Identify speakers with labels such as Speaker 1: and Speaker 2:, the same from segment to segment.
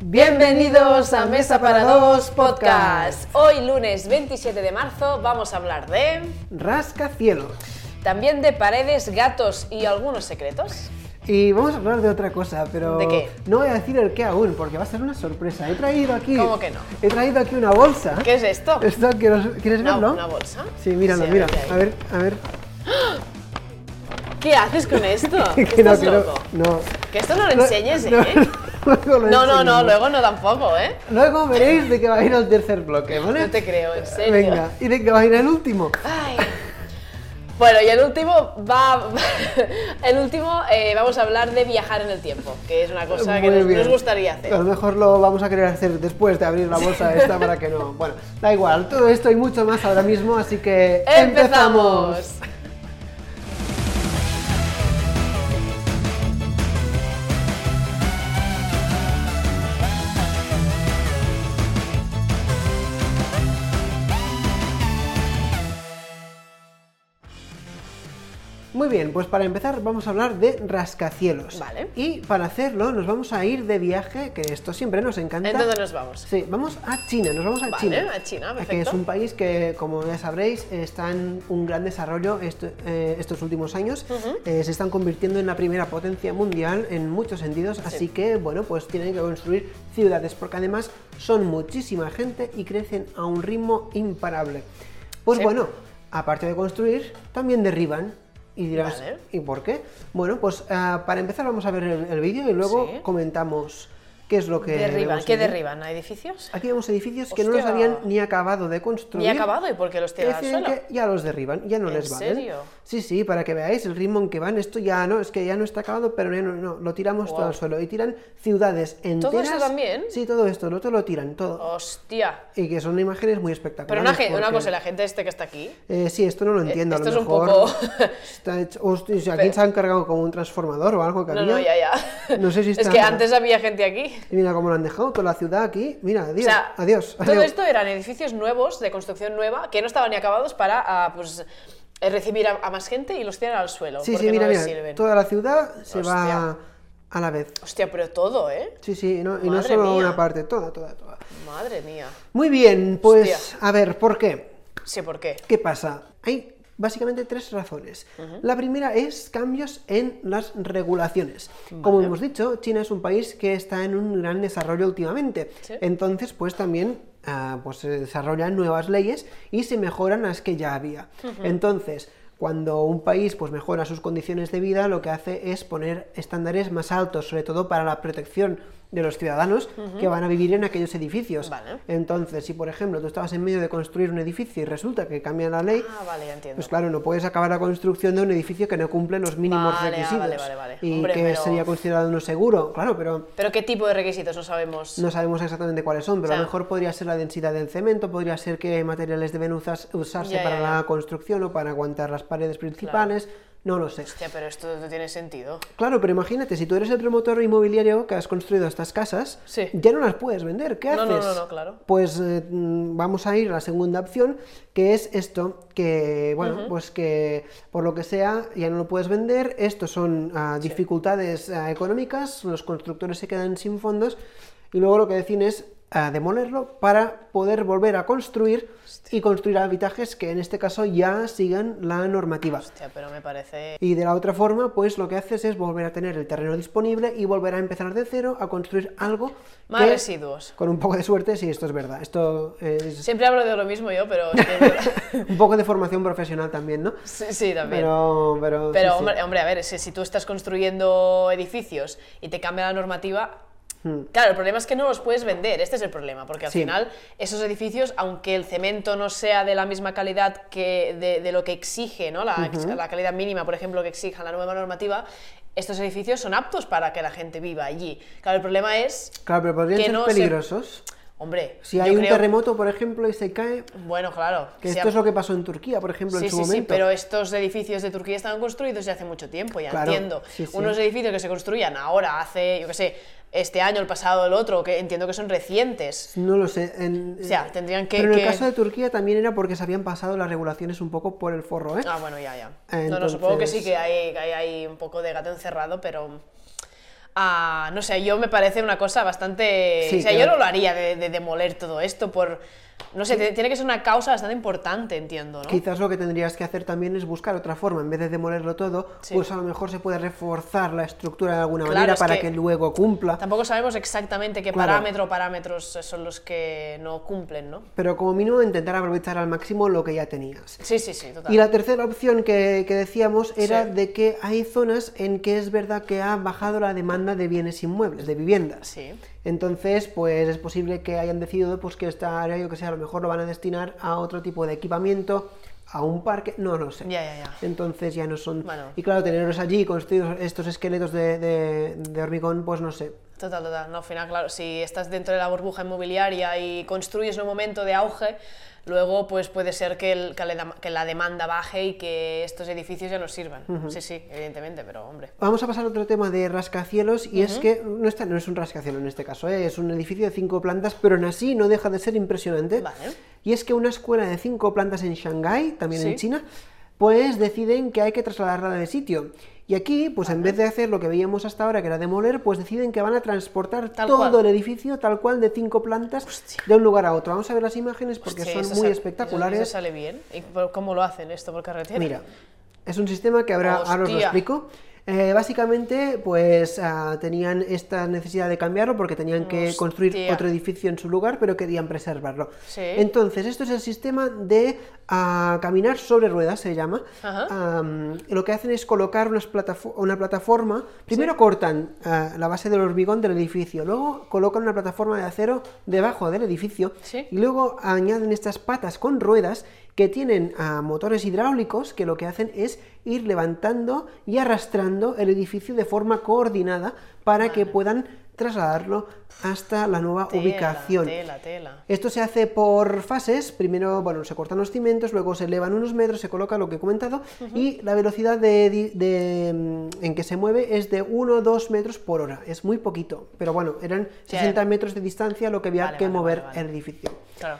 Speaker 1: Bienvenidos a Mesa para Dos Podcast.
Speaker 2: Hoy lunes 27 de marzo vamos a hablar de...
Speaker 1: Rascacielos.
Speaker 2: También de paredes, gatos y algunos secretos.
Speaker 1: Y vamos a hablar de otra cosa, pero
Speaker 2: ¿De qué?
Speaker 1: no voy a decir el qué aún, porque va a ser una sorpresa. He traído aquí.
Speaker 2: ¿Cómo que no?
Speaker 1: He traído aquí una bolsa.
Speaker 2: ¿Qué es esto?
Speaker 1: Esto ¿quieres, quieres
Speaker 2: Una,
Speaker 1: verlo?
Speaker 2: una bolsa.
Speaker 1: Sí, míralo,
Speaker 2: Sí, a
Speaker 1: mira.
Speaker 2: ver,
Speaker 1: A ver, a ver.
Speaker 2: ¿Qué haces con esto?
Speaker 1: Que
Speaker 2: Ah, ¿Estás
Speaker 1: no, que no,
Speaker 2: loco?
Speaker 1: no.
Speaker 2: Que esto no lo enseñes,
Speaker 1: No,
Speaker 2: ¿eh?
Speaker 1: luego lo
Speaker 2: No, no, no,
Speaker 1: enseño.
Speaker 2: luego no tampoco, ¿eh?
Speaker 1: Luego veréis de qué va a ir el tercer bloque, ¿vale?
Speaker 2: No te creo, en serio.
Speaker 1: Venga, y de qué va a ir el último.
Speaker 2: Ay. Bueno, y el último va. El último eh, vamos a hablar de viajar en el tiempo, que es una cosa que
Speaker 1: Muy
Speaker 2: nos,
Speaker 1: bien.
Speaker 2: nos gustaría hacer.
Speaker 1: A lo mejor lo vamos a querer hacer después de abrir la bolsa esta para que no. Bueno, da igual, todo esto y mucho más ahora mismo, así que
Speaker 2: ¡Empezamos!
Speaker 1: Muy bien, pues para empezar vamos a hablar de rascacielos.
Speaker 2: Vale.
Speaker 1: Y para hacerlo nos vamos a ir de viaje, que esto siempre nos encanta.
Speaker 2: Entonces nos vamos.
Speaker 1: Sí, vamos a China, nos vamos a
Speaker 2: Vale,
Speaker 1: China.
Speaker 2: a China,
Speaker 1: Que es
Speaker 2: perfecto.
Speaker 1: un país que, como ya sabréis, está en un gran desarrollo esto- eh, estos últimos años. Eh, se están convirtiendo en la primera potencia mundial en muchos sentidos, así que, bueno, pues tienen que construir ciudades, porque además son muchísima gente y crecen a un ritmo imparable. Pues
Speaker 2: Sí.
Speaker 1: bueno, aparte de construir, también derriban. Y dirás,
Speaker 2: Vale.
Speaker 1: ¿y por qué? Bueno, pues ah, para empezar vamos a ver el, el vídeo y luego
Speaker 2: Sí.
Speaker 1: comentamos qué es lo que...
Speaker 2: Derriban.
Speaker 1: vemos
Speaker 2: ¿Qué
Speaker 1: allí.
Speaker 2: derriban? ¿A edificios?
Speaker 1: Aquí vemos edificios que no los
Speaker 2: Hostia.
Speaker 1: habían ni acabado de construir.
Speaker 2: Ni acabado y porque los tiran al
Speaker 1: Deciden
Speaker 2: suelo.
Speaker 1: que ya los derriban, ya no
Speaker 2: ¿En
Speaker 1: les valen.
Speaker 2: serio?
Speaker 1: Sí, sí, para que veáis el ritmo en que van. Esto ya no, es que ya no está acabado, pero no, no, no, lo tiramos todo
Speaker 2: Guau.
Speaker 1: al suelo. Y tiran ciudades enteras.
Speaker 2: esto también?
Speaker 1: Sí, todo esto, lo, todo lo tiran, todo.
Speaker 2: Hostia.
Speaker 1: Y que son imágenes muy
Speaker 2: Pero
Speaker 1: espectaculares.
Speaker 2: una, gen- una
Speaker 1: porque-
Speaker 2: cosa, la gente este que está aquí.
Speaker 1: Eh, sí, esto no lo entiendo.
Speaker 2: esto
Speaker 1: a
Speaker 2: es
Speaker 1: lo
Speaker 2: un
Speaker 1: mejor
Speaker 2: poco-
Speaker 1: está hecho- Hostia, si aquí se han cargado como un transformador o algo que
Speaker 2: No,
Speaker 1: había.
Speaker 2: no, ya, ya.
Speaker 1: No sé si
Speaker 2: Es
Speaker 1: está-
Speaker 2: que antes había gente aquí.
Speaker 1: Y mira cómo lo han dejado, toda la ciudad aquí. Mira, adiós.
Speaker 2: O sea,
Speaker 1: adiós,
Speaker 2: Todo
Speaker 1: adiós.
Speaker 2: esto eran edificios nuevos, de construcción nueva, que no estaban ni acabados para ah, pues, eh, recibir a, a más gente y los tiran al suelo.
Speaker 1: Sí,
Speaker 2: porque
Speaker 1: sí, mira,
Speaker 2: no les
Speaker 1: mira,
Speaker 2: sirven.
Speaker 1: toda la ciudad se va
Speaker 2: Hostia.
Speaker 1: a la vez.
Speaker 2: Hostia, pero todo, ¿eh?
Speaker 1: Sí, sí, no- y no
Speaker 2: Madre
Speaker 1: solo
Speaker 2: mía.
Speaker 1: una parte, toda, toda, toda.
Speaker 2: Madre mía.
Speaker 1: Muy bien, pues
Speaker 2: Hostia.
Speaker 1: a ver, ¿por qué?
Speaker 2: Sí, ¿por qué?
Speaker 1: ¿Qué pasa? Hay básicamente tres razones. La primera es cambios en las regulaciones. Como hemos dicho, China es un país que está en un gran desarrollo últimamente.
Speaker 2: Sí.
Speaker 1: Entonces, pues también ah, pues, se desarrollan nuevas leyes y se mejoran las que ya había. Entonces, cuando un país pues, mejora sus condiciones de vida, lo que hace es poner estándares más altos, sobre todo para la protección de los ciudadanos que van a vivir en aquellos edificios.
Speaker 2: Vale.
Speaker 1: Entonces, si por ejemplo tú estabas en medio de construir un edificio y resulta que cambia la ley,
Speaker 2: Ah, vale, ya entiendo.
Speaker 1: pues claro, no puedes acabar la construcción de un edificio que no cumple los mínimos
Speaker 2: Vale, ah,
Speaker 1: requisitos
Speaker 2: vale, vale, vale.
Speaker 1: y
Speaker 2: Hombre,
Speaker 1: que
Speaker 2: pero-
Speaker 1: sería considerado no seguro. Claro, pero
Speaker 2: Pero qué tipo de requisitos no sabemos.
Speaker 1: no sabemos exactamente cuáles son, pero a lo
Speaker 2: O sea-
Speaker 1: mejor podría ser la densidad del cemento, podría ser qué materiales deben usas- usarse
Speaker 2: Ya,
Speaker 1: para
Speaker 2: ya,
Speaker 1: la construcción o para aguantar las paredes principales, no lo sé.
Speaker 2: Hostia, pero esto no tiene sentido.
Speaker 1: Claro, pero imagínate, si tú eres el promotor inmobiliario que has construido estas casas,
Speaker 2: Sí.
Speaker 1: ya no las puedes vender. ¿Qué
Speaker 2: No,
Speaker 1: haces?
Speaker 2: no, no, no, claro.
Speaker 1: Pues eh, mm, vamos a ir a la segunda opción, que es esto, que, bueno, pues que por lo que sea ya no lo puedes vender, estos son ah, dificultades ah, económicas, los constructores se quedan sin fondos y luego lo que deciden es ah, demolerlo para poder volver a construir y construir habitajes que en este caso ya sigan la normativa.
Speaker 2: Hostia, pero me parece.
Speaker 1: Y de la otra forma, pues lo que haces es volver a tener el terreno disponible y volver a empezar de cero a construir algo
Speaker 2: Más
Speaker 1: que,
Speaker 2: residuos.
Speaker 1: con un poco de suerte, si esto es verdad. Esto es
Speaker 2: Siempre hablo de lo mismo yo, pero. es que es verdad.
Speaker 1: un poco de formación profesional también, ¿no?
Speaker 2: sí, sí, también.
Speaker 1: Pero, pero, sí,
Speaker 2: Pero,
Speaker 1: sí.
Speaker 2: hombre, hombre, a ver, si, si tú estás construyendo edificios y te cambia la normativa, claro, el problema es que no los puedes vender, este es el problema, porque al
Speaker 1: Hmm. Sí.
Speaker 2: final esos edificios, aunque el cemento no sea de la misma calidad que de, de lo que exige, ¿no? La, ex- la calidad mínima, por ejemplo, que exija la nueva normativa, estos edificios son aptos para que la gente viva allí. Claro, el problema es,
Speaker 1: Claro, pero podrían
Speaker 2: que
Speaker 1: ser
Speaker 2: no se-
Speaker 1: peligrosos.
Speaker 2: hombre,
Speaker 1: Si
Speaker 2: yo
Speaker 1: hay un
Speaker 2: creo-
Speaker 1: terremoto, por ejemplo, y se cae,
Speaker 2: Bueno, claro.
Speaker 1: que
Speaker 2: si ha-
Speaker 1: esto es lo que pasó en Turquía, por ejemplo,
Speaker 2: Sí,
Speaker 1: en su
Speaker 2: sí, sí,
Speaker 1: momento.
Speaker 2: pero estos edificios de Turquía estaban construidos ya hace mucho tiempo, ya
Speaker 1: Claro,
Speaker 2: entiendo.
Speaker 1: sí, sí.
Speaker 2: Unos edificios que se construían ahora, hace, yo qué sé, este año, el pasado, el otro, que entiendo que son recientes.
Speaker 1: No lo sé. en-
Speaker 2: O sea, tendrían que-
Speaker 1: Pero en el
Speaker 2: que-
Speaker 1: caso de Turquía también era porque se habían pasado las regulaciones un poco por el forro, ¿eh?
Speaker 2: Ah, bueno, ya, ya. No, no, supongo que sí que hay, que hay, hay un poco de gato encerrado, pero a, no sé, yo me parece una cosa bastante...
Speaker 1: Sí,
Speaker 2: o sea, yo
Speaker 1: claro.
Speaker 2: no lo haría de, de demoler todo esto por... No sé, tiene que ser una causa bastante importante, entiendo, ¿no?
Speaker 1: Quizás lo que tendrías que hacer también es buscar otra forma, en vez de demolerlo todo,
Speaker 2: Sí.
Speaker 1: pues a lo mejor se puede reforzar la estructura de alguna
Speaker 2: Claro,
Speaker 1: manera
Speaker 2: es
Speaker 1: para
Speaker 2: que
Speaker 1: que, luego cumpla.
Speaker 2: Tampoco sabemos exactamente qué
Speaker 1: Claro.
Speaker 2: parámetro o parámetros son los que no cumplen, ¿no?
Speaker 1: Pero como mínimo intentar aprovechar al máximo lo que ya tenías.
Speaker 2: Sí, sí, sí, total.
Speaker 1: Y la tercera opción que, que decíamos era
Speaker 2: Sí.
Speaker 1: de que hay zonas en que es verdad que ha bajado la demanda de bienes inmuebles, de viviendas.
Speaker 2: Sí.
Speaker 1: Entonces, pues es posible que hayan decidido pues que esta área, yo que sé, a lo mejor lo van a destinar a otro tipo de equipamiento, a un parque, no lo sé.
Speaker 2: Ya, ya, ya.
Speaker 1: Entonces ya no son...
Speaker 2: Bueno.
Speaker 1: Y claro, tenerlos allí construidos estos esqueletos de, de- de hormigón, pues no sé.
Speaker 2: Total, total. No, al final, claro, si estás dentro de la burbuja inmobiliaria y construyes en un momento de auge, luego pues puede ser que, el- que la dem- que la demanda baje y que estos edificios ya no sirvan. Sí, sí, evidentemente, pero hombre.
Speaker 1: Vamos a pasar a otro tema de rascacielos y es que no, está, no es un rascacielos en este caso, ¿eh? es un edificio de cinco plantas, pero aún así no deja de ser impresionante.
Speaker 2: Vale.
Speaker 1: Y es que una escuela de cinco plantas en Shanghái, también en
Speaker 2: Sí.
Speaker 1: China, pues deciden que hay que trasladarla de sitio. Y aquí, pues en vez de hacer lo que veíamos hasta ahora, que era demoler, pues deciden que van a transportar
Speaker 2: Tal
Speaker 1: todo
Speaker 2: cual.
Speaker 1: el edificio tal cual de cinco plantas
Speaker 2: Hostia.
Speaker 1: de un lugar a otro. Vamos a ver las imágenes porque
Speaker 2: Hostia,
Speaker 1: son
Speaker 2: esto
Speaker 1: muy
Speaker 2: sal-
Speaker 1: espectaculares.
Speaker 2: Esto sale bien. ¿Y por- cómo lo hacen esto por carretera?
Speaker 1: Mira, es un sistema que ahora, ahora os lo
Speaker 2: Hostia.
Speaker 1: explico. Eh, básicamente, pues ah, tenían esta necesidad de cambiarlo porque tenían que
Speaker 2: Hostia.
Speaker 1: construir otro edificio en su lugar, pero querían preservarlo.
Speaker 2: Sí.
Speaker 1: Entonces, esto es el sistema de ah, caminar sobre ruedas, se llama.
Speaker 2: Ajá.
Speaker 1: Am, lo que hacen es colocar unas platafo- una plataforma. Primero cortan ah, la base del hormigón del edificio, luego colocan una plataforma de acero debajo del edificio
Speaker 2: Sí.
Speaker 1: y luego añaden estas patas con ruedas que tienen ah, motores hidráulicos que lo que hacen es ir levantando y arrastrando el edificio de forma coordinada para que puedan trasladarlo hasta la nueva
Speaker 2: Tela,
Speaker 1: ubicación.
Speaker 2: Tela, tela.
Speaker 1: Esto se hace por fases. Primero, bueno, se cortan los cimentos, luego se elevan unos metros, se coloca lo que he comentado y la velocidad de, di- de, mm, en que se mueve es de 1 o 2 metros por hora. Es muy poquito, pero bueno, eran
Speaker 2: Ya.
Speaker 1: 60 metros de distancia lo que había
Speaker 2: Vale,
Speaker 1: que
Speaker 2: vale,
Speaker 1: mover
Speaker 2: vale, vale.
Speaker 1: el edificio.
Speaker 2: Claro.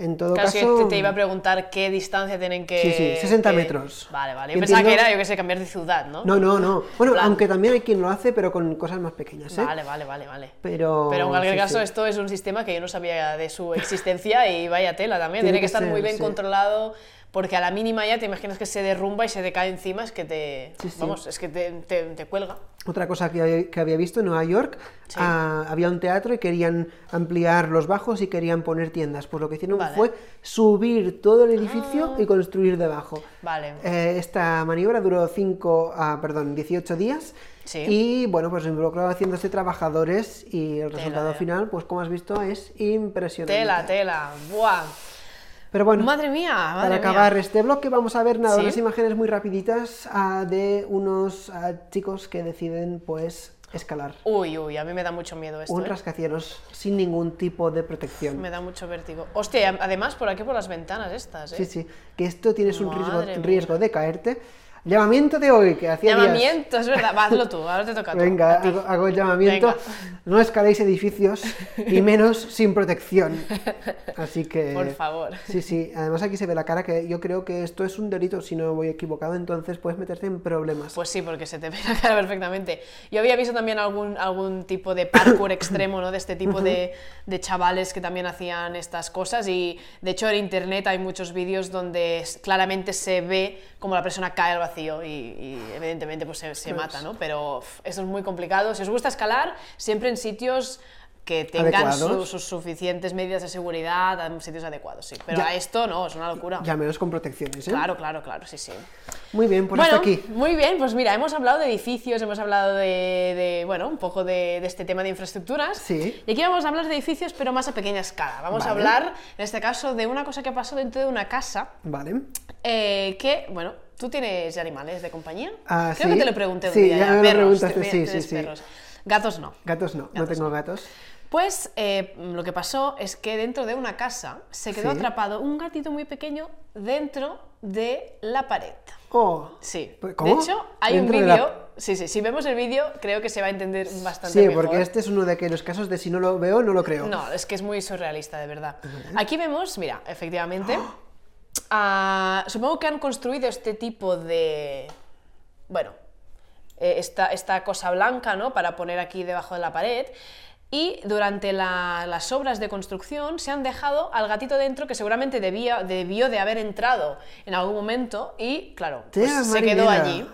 Speaker 1: En todo
Speaker 2: Claro,
Speaker 1: caso,
Speaker 2: es que te, te iba a preguntar qué distancia tienen que.
Speaker 1: Sí, sí, 60
Speaker 2: que-
Speaker 1: metros.
Speaker 2: Vale, vale.
Speaker 1: Yo
Speaker 2: Yo pensaba que
Speaker 1: entiendo-
Speaker 2: era, yo qué sé, cambiar de ciudad, ¿no?
Speaker 1: no, no, no. Bueno,
Speaker 2: plan-
Speaker 1: aunque también hay quien lo hace, pero con cosas más pequeñas, ¿eh?
Speaker 2: Vale, vale, vale, vale.
Speaker 1: Pero,
Speaker 2: Pero en cualquier
Speaker 1: sí,
Speaker 2: caso, este
Speaker 1: sí.
Speaker 2: esto es un sistema que yo no sabía de su existencia y vaya tela también.
Speaker 1: Tiene
Speaker 2: Tiene,
Speaker 1: que
Speaker 2: que estar
Speaker 1: ser,
Speaker 2: muy bien
Speaker 1: sí.
Speaker 2: controlado porque a la mínima ya te imaginas que se derrumba y se te cae encima, es que te.
Speaker 1: Sí, sí.
Speaker 2: Vamos, es que te, te- te cuelga.
Speaker 1: Otra cosa que, había- que había visto en Nueva York,
Speaker 2: Sí.
Speaker 1: ah, había un teatro y querían ampliar los bajos y querían poner tiendas. Pues lo que hicieron
Speaker 2: Vale. Ah.
Speaker 1: fue subir todo el edificio y construir debajo.
Speaker 2: Vale.
Speaker 1: Eh, esta maniobra duró cinco, ah, perdón, 18 días.
Speaker 2: Sí.
Speaker 1: Y bueno, pues involucró a cientos de trabajadores y el resultado
Speaker 2: tela. eh.
Speaker 1: final, pues como has visto, es impresionante.
Speaker 2: Tela, tela. Buah.
Speaker 1: Pero bueno,
Speaker 2: Madre mía, madre
Speaker 1: para
Speaker 2: mía.
Speaker 1: acabar este bloque vamos a ver nada,
Speaker 2: Sí.
Speaker 1: unas imágenes muy rapiditas ah, de unos ah, chicos que deciden pues escalar.
Speaker 2: Uy, uy, a mí me da mucho miedo esto.
Speaker 1: Un
Speaker 2: ¿eh?
Speaker 1: rascacielos sin ningún tipo de protección.
Speaker 2: Me da mucho vértigo. Hostia, y a- además por aquí por las ventanas estas, ¿eh?
Speaker 1: Sí, sí, que esto tienes un riesgo,
Speaker 2: Madre mía.
Speaker 1: riesgo de caerte. Llamamiento de hoy, que hacía días.
Speaker 2: Llamamiento, es verdad. Va, hazlo tú, ahora te toca a tú.
Speaker 1: Venga,
Speaker 2: a ti.
Speaker 1: hago, hago el llamamiento.
Speaker 2: Venga.
Speaker 1: No escaléis edificios y menos sin protección. Así que.
Speaker 2: Por favor.
Speaker 1: Sí, sí. Además aquí se ve la cara que yo creo que esto es un delito. Si no voy equivocado, entonces puedes meterte en problemas.
Speaker 2: Pues sí, porque se te ve la cara perfectamente. Yo había visto también algún, algún tipo de parkour extremo, ¿no? De este tipo de, de chavales que también hacían estas cosas y de hecho en internet hay muchos vídeos donde s- claramente se ve como la persona cae al vacío y, y evidentemente pues se, se
Speaker 1: Claro.
Speaker 2: mata, ¿no? Pero uf, eso es muy complicado. Si os gusta escalar, siempre en sitios que tengan su-
Speaker 1: Adecuados.
Speaker 2: sus suficientes medidas de seguridad, en sitios adecuados, sí. Pero
Speaker 1: Ya.
Speaker 2: a esto no, es una locura.
Speaker 1: Ya menos con protecciones, ¿eh?
Speaker 2: Claro, claro, claro, sí, sí.
Speaker 1: Muy bien, por
Speaker 2: Bueno,
Speaker 1: hasta aquí.
Speaker 2: muy bien, pues mira, hemos hablado de edificios, hemos hablado de, de, bueno, un poco de, de este tema de infraestructuras.
Speaker 1: Sí.
Speaker 2: Y aquí vamos a hablar de edificios, pero más a pequeña escala. Vamos a
Speaker 1: Vale.
Speaker 2: hablar, en este caso, de una cosa que pasó dentro de una casa,
Speaker 1: Vale.
Speaker 2: eh, que, bueno, tú tienes animales de compañía.
Speaker 1: Ah,
Speaker 2: Creo
Speaker 1: sí.
Speaker 2: que te lo pregunté un
Speaker 1: Sí,
Speaker 2: día.
Speaker 1: ya me lo
Speaker 2: Perros,
Speaker 1: preguntaste,
Speaker 2: te-
Speaker 1: sí,
Speaker 2: tienes
Speaker 1: sí, sí.
Speaker 2: perros. Gatos no.
Speaker 1: Gatos no, no
Speaker 2: Gatos
Speaker 1: tengo gatos.
Speaker 2: Pues eh, lo que pasó es que dentro de una casa se quedó
Speaker 1: Sí.
Speaker 2: atrapado un gatito muy pequeño dentro de la pared.
Speaker 1: Oh.
Speaker 2: Sí.
Speaker 1: Pues, ¿Cómo?
Speaker 2: De hecho, hay
Speaker 1: Dentro
Speaker 2: un
Speaker 1: de la-
Speaker 2: vídeo. Sí, sí. Si vemos el vídeo, creo que se va a entender bastante
Speaker 1: Sí,
Speaker 2: mejor.
Speaker 1: porque este es uno de aquellos casos de si no lo veo, no lo creo.
Speaker 2: No, es que es muy surrealista, de verdad. Aquí vemos, mira, efectivamente. ah, supongo que han construido este tipo de. Bueno. eh, esta, esta cosa blanca ¿no? para poner aquí debajo de la pared. Y durante la- las obras de construcción se han dejado al gatito dentro que seguramente debía, debió de haber entrado en algún momento y, claro, pues,
Speaker 1: Tía
Speaker 2: se quedó
Speaker 1: marinera.
Speaker 2: allí.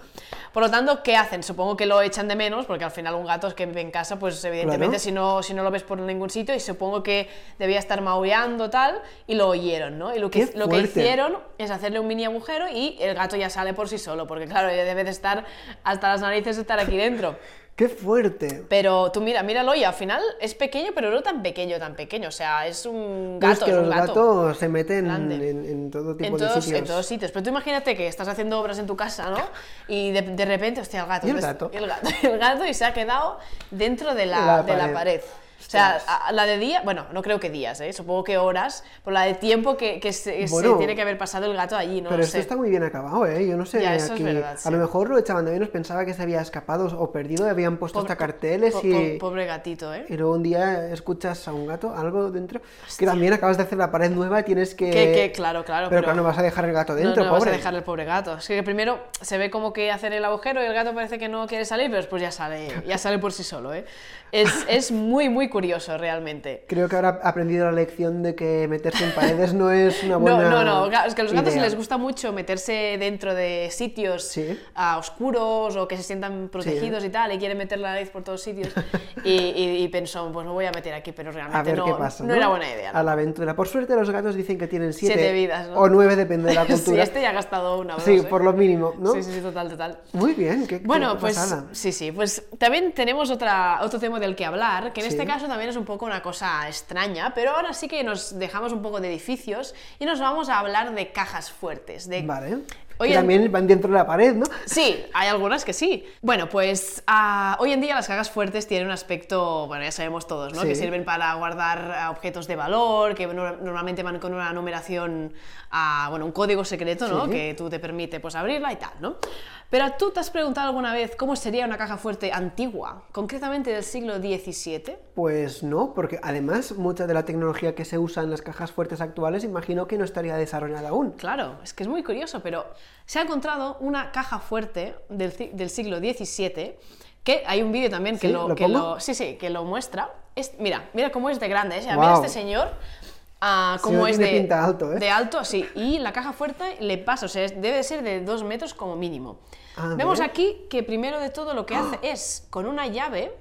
Speaker 2: Por lo tanto, ¿qué hacen? Supongo que lo echan de menos porque al final un gato que vive en casa, pues evidentemente
Speaker 1: Claro.
Speaker 2: si, no, si no lo ves por ningún sitio y supongo que debía estar maullando tal y lo oyeron, ¿no? Y lo que,
Speaker 1: Qué
Speaker 2: lo que
Speaker 1: fuerte.
Speaker 2: hicieron es hacerle un mini agujero y el gato ya sale por sí solo porque, claro, ya debe de estar hasta las narices de estar aquí dentro.
Speaker 1: ¡Qué fuerte!
Speaker 2: Pero tú mira, míralo y al final es pequeño, pero no tan pequeño, tan pequeño. O sea, es un gato,
Speaker 1: es que
Speaker 2: es
Speaker 1: los
Speaker 2: un gato.
Speaker 1: gatos se meten en,
Speaker 2: Grande.
Speaker 1: en todo tipo
Speaker 2: En
Speaker 1: de
Speaker 2: todos,
Speaker 1: sitios.
Speaker 2: en todos sitios. Pero tú imagínate que estás haciendo obras en tu casa, ¿no? Y de, de repente, hostia, el gato.
Speaker 1: Y el
Speaker 2: Entonces,
Speaker 1: gato.
Speaker 2: El gato, el gato y se ha quedado dentro de la,
Speaker 1: La
Speaker 2: de la
Speaker 1: pared.
Speaker 2: pared. O sea,
Speaker 1: Ostras.
Speaker 2: a- la de día, bueno, no creo que días, ¿eh? supongo que horas, por la de tiempo que, que se, que se
Speaker 1: Bueno,
Speaker 2: tiene que haber pasado el gato allí, no
Speaker 1: Pero
Speaker 2: lo
Speaker 1: esto
Speaker 2: sé.
Speaker 1: está muy bien acabado, ¿eh? Yo no sé.
Speaker 2: Ya, eso es
Speaker 1: aquí-
Speaker 2: verdad, sí.
Speaker 1: A lo mejor lo echaban de menos, pensaba que se había escapado o perdido, habían puesto
Speaker 2: Pobre-
Speaker 1: hasta carteles
Speaker 2: po- po-
Speaker 1: y.
Speaker 2: Pobre gatito, ¿eh?
Speaker 1: Y luego un día escuchas a un gato, algo dentro, que también acabas de hacer la pared nueva y tienes que...
Speaker 2: Que- que, claro, claro, pero-
Speaker 1: Pero, claro, no vas a dejar el gato
Speaker 2: No,
Speaker 1: dentro,
Speaker 2: no,
Speaker 1: pobre.
Speaker 2: vas a dejar el pobre gato. Es que primero se ve como que hacen el agujero y el gato parece que no quiere salir, pero después ya sale, ya sale por sí solo. ¿eh? Es, es muy, muy curioso realmente.
Speaker 1: Creo que ahora he aprendido la lección de que meterse en paredes no es una
Speaker 2: No,
Speaker 1: buena
Speaker 2: no, no, ga- es que a los gatos
Speaker 1: idea.
Speaker 2: les gusta mucho meterse dentro de sitios
Speaker 1: Sí.
Speaker 2: ah, oscuros o que se sientan protegidos y tal, y quieren meter la nariz por todos sitios. Y, y- y pensó, pues me voy a meter aquí, pero realmente
Speaker 1: A ver
Speaker 2: no,
Speaker 1: qué pasa.
Speaker 2: no era buena idea. ¿no?
Speaker 1: A la aventura. Por suerte los gatos dicen que tienen siete,
Speaker 2: Siete vidas, ¿no?
Speaker 1: o nueve, depende de la
Speaker 2: Sí,
Speaker 1: cultura.
Speaker 2: este ya ha gastado una o
Speaker 1: Sí,
Speaker 2: dos, ¿eh?
Speaker 1: por lo mínimo, ¿no?
Speaker 2: Sí, sí, sí, total, total.
Speaker 1: Muy bien, qué, qué
Speaker 2: Bueno, pues
Speaker 1: pasada.
Speaker 2: sí, sí, pues también tenemos otra, otro tema del que hablar, que en
Speaker 1: Sí.
Speaker 2: este caso también es un poco una cosa extraña, pero ahora sí que nos dejamos un poco de edificios y nos vamos a hablar de cajas fuertes, de
Speaker 1: Vale.
Speaker 2: Oye,
Speaker 1: que también van dentro de la pared, ¿no?
Speaker 2: Sí, hay algunas que sí. Bueno, pues ah, hoy en día las cajas fuertes tienen un aspecto, bueno, ya sabemos todos, ¿no?
Speaker 1: Sí.
Speaker 2: Que sirven para guardar ah, objetos de valor, que no- normalmente van con una numeración, ah, bueno, un código secreto, ¿no?
Speaker 1: Sí.
Speaker 2: Que tú te permite pues abrirla y tal, ¿no? Pero tú te has preguntado alguna vez cómo sería una caja fuerte antigua, concretamente del siglo XVII.
Speaker 1: Pues no, porque además mucha de la tecnología que se usa en las cajas fuertes actuales imagino que no estaría desarrollada aún.
Speaker 2: Claro, es que es muy curioso, pero se ha encontrado una caja fuerte del, ci- del siglo XVII, que hay un vídeo también que,
Speaker 1: ¿Sí?
Speaker 2: lo,
Speaker 1: ¿Lo
Speaker 2: que,
Speaker 1: pongo?
Speaker 2: lo- sí, sí, que lo muestra. Es- mira, mira cómo es de grande, ¿eh? O sea, mira
Speaker 1: Guau.
Speaker 2: este señor, ah, cómo
Speaker 1: Señor
Speaker 2: es
Speaker 1: tiene
Speaker 2: de
Speaker 1: pinta alto, ¿eh?
Speaker 2: de alto, sí, y la caja fuerte le pasa, o sea, es- debe de ser de dos metros como mínimo.
Speaker 1: A
Speaker 2: Vemos
Speaker 1: ver.
Speaker 2: aquí que primero de todo lo que hace es, con una llave,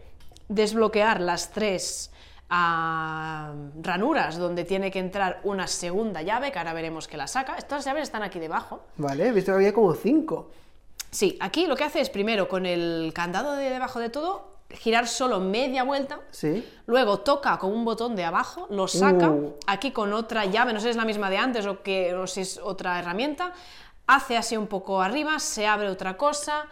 Speaker 2: desbloquear las tres ah, ranuras donde tiene que entrar una segunda llave, que ahora veremos que la saca. Estas llaves están aquí debajo.
Speaker 1: Vale, he visto que había como cinco.
Speaker 2: Sí, aquí lo que hace es primero con el candado de debajo de todo, girar solo media vuelta.
Speaker 1: Sí.
Speaker 2: Luego toca con un botón de abajo, lo saca,
Speaker 1: Uh.
Speaker 2: aquí con otra llave, no sé si es la misma de antes o, que, o si es otra herramienta, hace así un poco arriba, se abre otra cosa,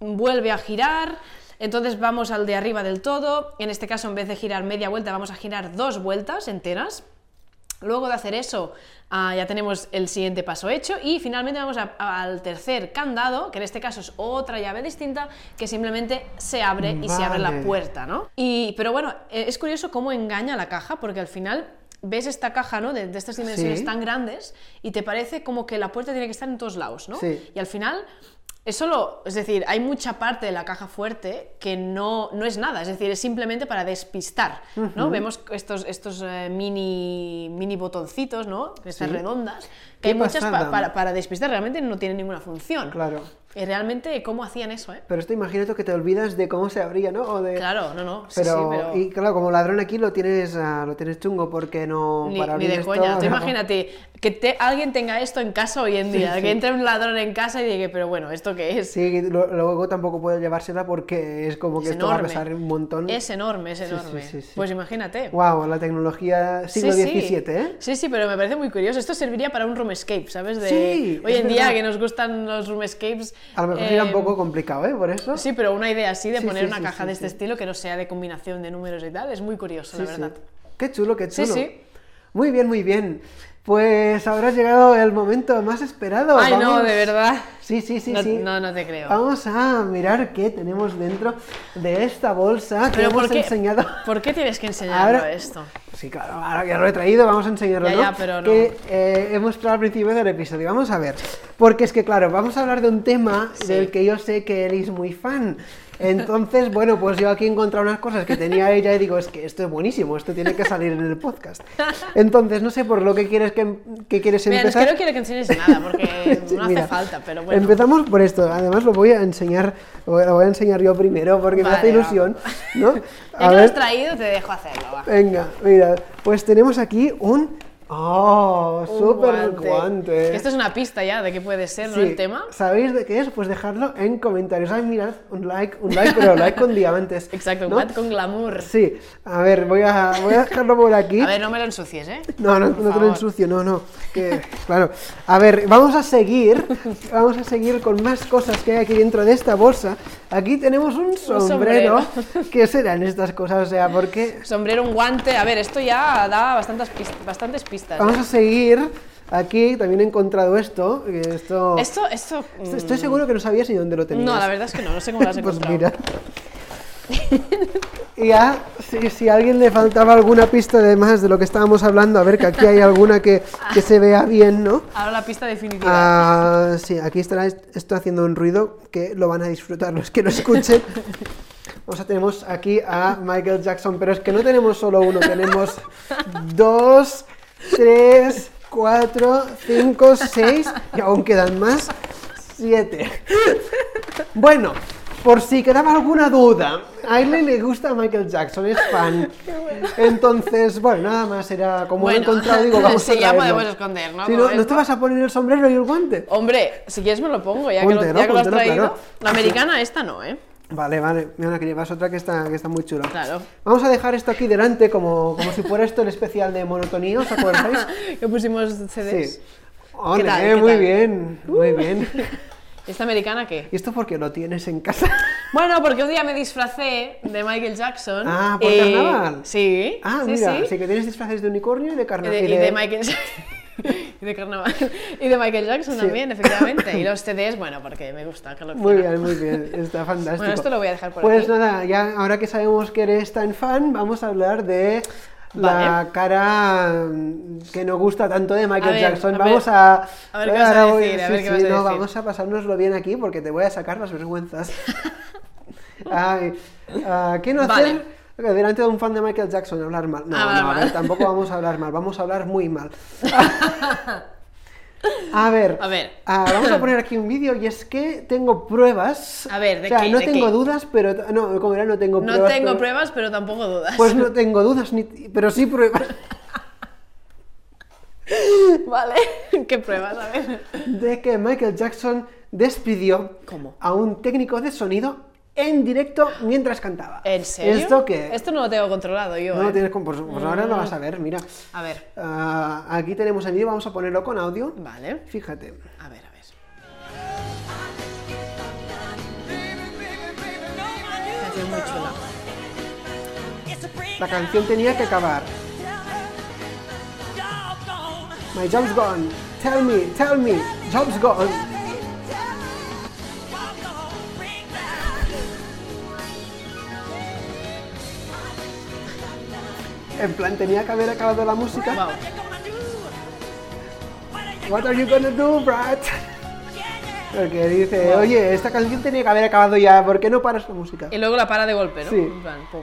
Speaker 2: vuelve a girar, entonces vamos al de arriba del todo, en este caso en vez de girar media vuelta vamos a girar dos vueltas enteras, Luego de hacer eso, ah, ya tenemos el siguiente paso hecho y finalmente vamos a- a- al tercer candado, que en este caso es otra llave distinta, que simplemente se abre y se abre la
Speaker 1: Vale.
Speaker 2: puerta, ¿no? Y, pero bueno, eh, es curioso cómo engaña la caja, porque al final ves esta caja, ¿no? De, de estas dimensiones
Speaker 1: Sí.
Speaker 2: tan grandes y te parece como que la puerta tiene que estar en todos lados, ¿no?
Speaker 1: Sí.
Speaker 2: Y al final... Es solo, es decir, hay mucha parte de la caja fuerte que no, no es nada, es decir, es simplemente para despistar, ¿no? Vemos estos, estos eh, mini, mini botoncitos, ¿no? Estas
Speaker 1: Sí.
Speaker 2: redondas, que
Speaker 1: Qué
Speaker 2: hay muchas pa-
Speaker 1: pasada.
Speaker 2: para, para despistar, realmente no tienen ninguna función.
Speaker 1: Claro.
Speaker 2: Y realmente, ¿cómo hacían eso, eh?
Speaker 1: Pero esto imagínate que te olvidas de cómo se abría, ¿no? O de...
Speaker 2: Claro, no, no, sí,
Speaker 1: Eh, Pero,
Speaker 2: sí, pero...
Speaker 1: y claro, como ladrón aquí lo tienes, ah, lo tienes chungo porque no
Speaker 2: Ni,
Speaker 1: para
Speaker 2: ni
Speaker 1: abrir
Speaker 2: de
Speaker 1: esto,
Speaker 2: coña. Tú
Speaker 1: no.
Speaker 2: imagínate que te- alguien tenga esto en casa hoy en día, que entre un ladrón en casa y diga, pero bueno, ¿esto qué es?
Speaker 1: Sí, lo- luego tampoco puedo llevársela porque es como que
Speaker 2: es
Speaker 1: esto va a pesar un montón.
Speaker 2: Es enorme, es
Speaker 1: Sí, sí,
Speaker 2: enorme.
Speaker 1: sí, sí.
Speaker 2: Pues imagínate.
Speaker 1: Wow, la tecnología siglo
Speaker 2: sí,
Speaker 1: XVII,
Speaker 2: sí.
Speaker 1: ¿eh?
Speaker 2: Sí, sí, pero me parece muy curioso. Esto serviría para un room escape, ¿sabes? De,
Speaker 1: Sí,
Speaker 2: hoy
Speaker 1: es
Speaker 2: en día
Speaker 1: verdad.
Speaker 2: que nos gustan los room escapes.
Speaker 1: A lo mejor
Speaker 2: eh,
Speaker 1: era un poco complicado, ¿eh? Por eso.
Speaker 2: Sí, pero una idea así de
Speaker 1: Sí,
Speaker 2: poner
Speaker 1: sí,
Speaker 2: una
Speaker 1: sí,
Speaker 2: caja
Speaker 1: sí,
Speaker 2: de este
Speaker 1: sí.
Speaker 2: estilo que no sea de combinación de números y tal, es muy curioso,
Speaker 1: Sí,
Speaker 2: la
Speaker 1: sí.
Speaker 2: verdad.
Speaker 1: Qué chulo, qué
Speaker 2: Sí,
Speaker 1: chulo.
Speaker 2: sí.
Speaker 1: Muy bien, muy bien. Pues ahora ha llegado el momento más esperado.
Speaker 2: Ay, no,
Speaker 1: Vamos.
Speaker 2: de verdad.
Speaker 1: Sí, sí, sí,
Speaker 2: no,
Speaker 1: sí.
Speaker 2: No, no te creo.
Speaker 1: Vamos a mirar qué tenemos dentro de esta bolsa que
Speaker 2: Pero
Speaker 1: hemos
Speaker 2: ¿por qué,
Speaker 1: enseñado.
Speaker 2: ¿Por qué tienes que enseñarlo
Speaker 1: Ahora-
Speaker 2: esto?
Speaker 1: Sí, claro, ahora que lo he traído, vamos a enseñarlo.
Speaker 2: Ya,
Speaker 1: ¿no?
Speaker 2: ya, pero no.
Speaker 1: Que eh, he mostrado al principio del episodio. Vamos a ver. Porque es que, claro, vamos a hablar de un tema
Speaker 2: Sí.
Speaker 1: del que yo sé que él es muy fan. Entonces, bueno, pues yo aquí he encontrado unas cosas que tenía ella y digo, es que esto es buenísimo, esto tiene que salir en el podcast. Entonces, no sé por lo que quieres que, que quieres
Speaker 2: Mira, es
Speaker 1: empezar.
Speaker 2: que no quiero que enseñes nada porque
Speaker 1: Sí,
Speaker 2: no hace
Speaker 1: mira,
Speaker 2: falta, pero bueno.
Speaker 1: Empezamos por esto. Además, lo voy a enseñar, lo voy a enseñar yo primero porque me
Speaker 2: Vale,
Speaker 1: hace
Speaker 2: va.
Speaker 1: ilusión, ¿no?
Speaker 2: Ya
Speaker 1: A
Speaker 2: que lo
Speaker 1: ver.
Speaker 2: has traído, te dejo hacerlo. va.
Speaker 1: Venga, mira, pues tenemos aquí un. ¡Oh!
Speaker 2: Un
Speaker 1: ¡Súper guante!
Speaker 2: Que Esto es una pista ya de qué puede ser, ¿no?
Speaker 1: Sí.
Speaker 2: El tema.
Speaker 1: ¿Sabéis de qué es? Pues dejadlo en comentarios. Ay, mirad, un like, un like, pero like con diamantes.
Speaker 2: Exacto,
Speaker 1: ¿no?
Speaker 2: Watt con glamour.
Speaker 1: Sí, a ver, voy a, voy a dejarlo por aquí.
Speaker 2: A ver, no me lo ensucies, ¿eh?
Speaker 1: No, no,
Speaker 2: Por
Speaker 1: no te
Speaker 2: favor.
Speaker 1: lo ensucio, no, no. que- claro. A ver, vamos a seguir. Vamos a seguir con más cosas que hay aquí dentro de esta bolsa. Aquí tenemos un sombrero.
Speaker 2: sombrero.
Speaker 1: ¿Qué serán estas cosas? O sea, ¿por qué?
Speaker 2: Sombrero, un guante. A ver, esto ya da bastantes, pis- bastantes pistas. ¿eh?
Speaker 1: Vamos a seguir. Aquí también he encontrado esto. que Esto,
Speaker 2: Esto, esto.
Speaker 1: esto-
Speaker 2: mm,
Speaker 1: estoy seguro que no sabías ni dónde lo tenías.
Speaker 2: No, la verdad es que no, no sé cómo lo has
Speaker 1: Pues
Speaker 2: encontrado.
Speaker 1: mira. Y ya, si, si a alguien le faltaba alguna pista de más de lo que estábamos hablando, a ver que aquí hay alguna que, que se vea bien, ¿no?
Speaker 2: Ahora la pista definitiva.
Speaker 1: Ah, sí, aquí estará est- esto haciendo un ruido que lo van a disfrutar los que lo escuchen. O sea, tenemos aquí a Michael Jackson, pero es que no tenemos solo uno, tenemos dos, tres, cuatro, cinco, seis, y aún quedan más, siete. Bueno, por si quedaba alguna duda, a Aileen le gusta Michael Jackson, es fan. Entonces, bueno, nada más era como lo he
Speaker 2: Bueno,
Speaker 1: encontrado, digo, vamos
Speaker 2: sí,
Speaker 1: a
Speaker 2: ya
Speaker 1: traerlo.
Speaker 2: podemos esconder, ¿no?
Speaker 1: Sí,
Speaker 2: Como
Speaker 1: no, no
Speaker 2: esto.
Speaker 1: te vas a poner el sombrero y el guante.
Speaker 2: Hombre, si quieres me lo pongo, ya que
Speaker 1: Póntelo,
Speaker 2: lo, ya que lo has
Speaker 1: póntelo,
Speaker 2: traído.
Speaker 1: claro.
Speaker 2: La americana, esta no, ¿eh?
Speaker 1: Vale, vale. Mira que llevas otra que está, que está muy chula.
Speaker 2: Claro.
Speaker 1: Vamos a dejar esto aquí delante como, como si fuera esto el especial de monotonía, ¿os acordáis?
Speaker 2: que pusimos CDs.
Speaker 1: Sí. Ole,
Speaker 2: ¿Qué tal, qué
Speaker 1: muy
Speaker 2: tal? Uh.
Speaker 1: bien, muy bien.
Speaker 2: ¿Esta americana qué?
Speaker 1: ¿Y esto por qué lo tienes en casa?
Speaker 2: Bueno, porque un día me disfracé de Michael Jackson.
Speaker 1: Ah, por
Speaker 2: y-
Speaker 1: carnaval.
Speaker 2: Sí.
Speaker 1: Ah,
Speaker 2: sí,
Speaker 1: mira,
Speaker 2: sí.
Speaker 1: así que tienes disfraces de unicornio y de
Speaker 2: Y
Speaker 1: carnaval.
Speaker 2: de, y de Michael y de carnaval. Y de Michael Jackson
Speaker 1: Sí.
Speaker 2: también, efectivamente. Y los CDs, bueno, porque me gusta que lo
Speaker 1: Muy bien, muy bien, está fantástico.
Speaker 2: Bueno, esto lo voy a dejar por
Speaker 1: pues
Speaker 2: aquí.
Speaker 1: nada, ya ahora que sabemos que eres tan fan, vamos a hablar de la
Speaker 2: Vale.
Speaker 1: cara mm, que nos gusta tanto de Michael
Speaker 2: ver,
Speaker 1: Jackson.
Speaker 2: a ver.
Speaker 1: vamos a.
Speaker 2: A ver qué vas a
Speaker 1: ahora
Speaker 2: decir, a ver
Speaker 1: sí,
Speaker 2: qué vas
Speaker 1: sí,
Speaker 2: a
Speaker 1: no,
Speaker 2: decir.
Speaker 1: vamos a pasárnoslo bien aquí porque te voy a sacar las vergüenzas. Ay, ah, ¿Qué no hacer? Delante de un fan de Michael Jackson, hablar mal. No,
Speaker 2: Hablar
Speaker 1: no, a ver,
Speaker 2: mal.
Speaker 1: tampoco vamos a hablar mal, vamos a hablar muy mal. A ver,
Speaker 2: A ver.
Speaker 1: ah, vamos a poner aquí un vídeo y es que tengo pruebas.
Speaker 2: A ver, ¿de
Speaker 1: O sea,
Speaker 2: qué?
Speaker 1: no
Speaker 2: ¿de
Speaker 1: tengo
Speaker 2: qué?
Speaker 1: dudas, pero. t- No, como era, no tengo
Speaker 2: No
Speaker 1: pruebas.
Speaker 2: tengo
Speaker 1: pero-
Speaker 2: pruebas, pero tampoco dudas.
Speaker 1: Pues no tengo dudas, ni- pero sí pruebas.
Speaker 2: Vale. ¿Qué pruebas? A ver.
Speaker 1: De que Michael Jackson despidió
Speaker 2: ¿Cómo?
Speaker 1: a un técnico de sonido en directo mientras cantaba.
Speaker 2: ¿En serio?
Speaker 1: ¿Esto qué?
Speaker 2: Esto no lo tengo controlado yo.
Speaker 1: No lo
Speaker 2: ¿eh?
Speaker 1: tienes con. Pues, pues ahora lo vas a ver, mira.
Speaker 2: A ver.
Speaker 1: Ah, aquí tenemos el vídeo, vamos a ponerlo con audio.
Speaker 2: Vale.
Speaker 1: Fíjate.
Speaker 2: A ver, a ver. Canción muy chula.
Speaker 1: La canción tenía que acabar. My job's gone. Tell me, tell me. Job's gone. En plan, tenía que haber acabado la música.
Speaker 2: Wow.
Speaker 1: What are you gonna do, Brad? Porque dice, oye, esta canción tenía que haber acabado ya, ¿por qué no paras la música?
Speaker 2: Y luego la para de golpe, ¿no?
Speaker 1: Sí.
Speaker 2: En plan, pum.